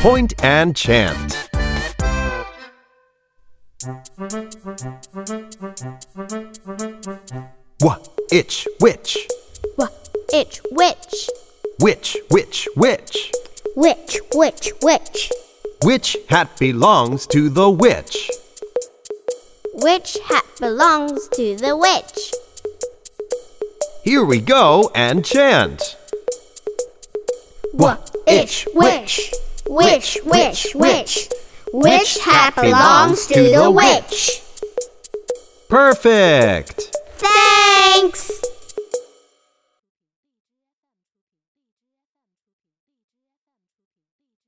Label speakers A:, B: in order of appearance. A: Point and chant. Wha itch which
B: Wha- itch, which,
A: which which which
B: which, which, which,
A: which hat belongs to the witch?
B: which hat belongs to the witch?
A: Here we go and chant.
B: What? Itch, which, which, which, which, which hat belongs to the witch?
A: Perfect.
B: Thanks!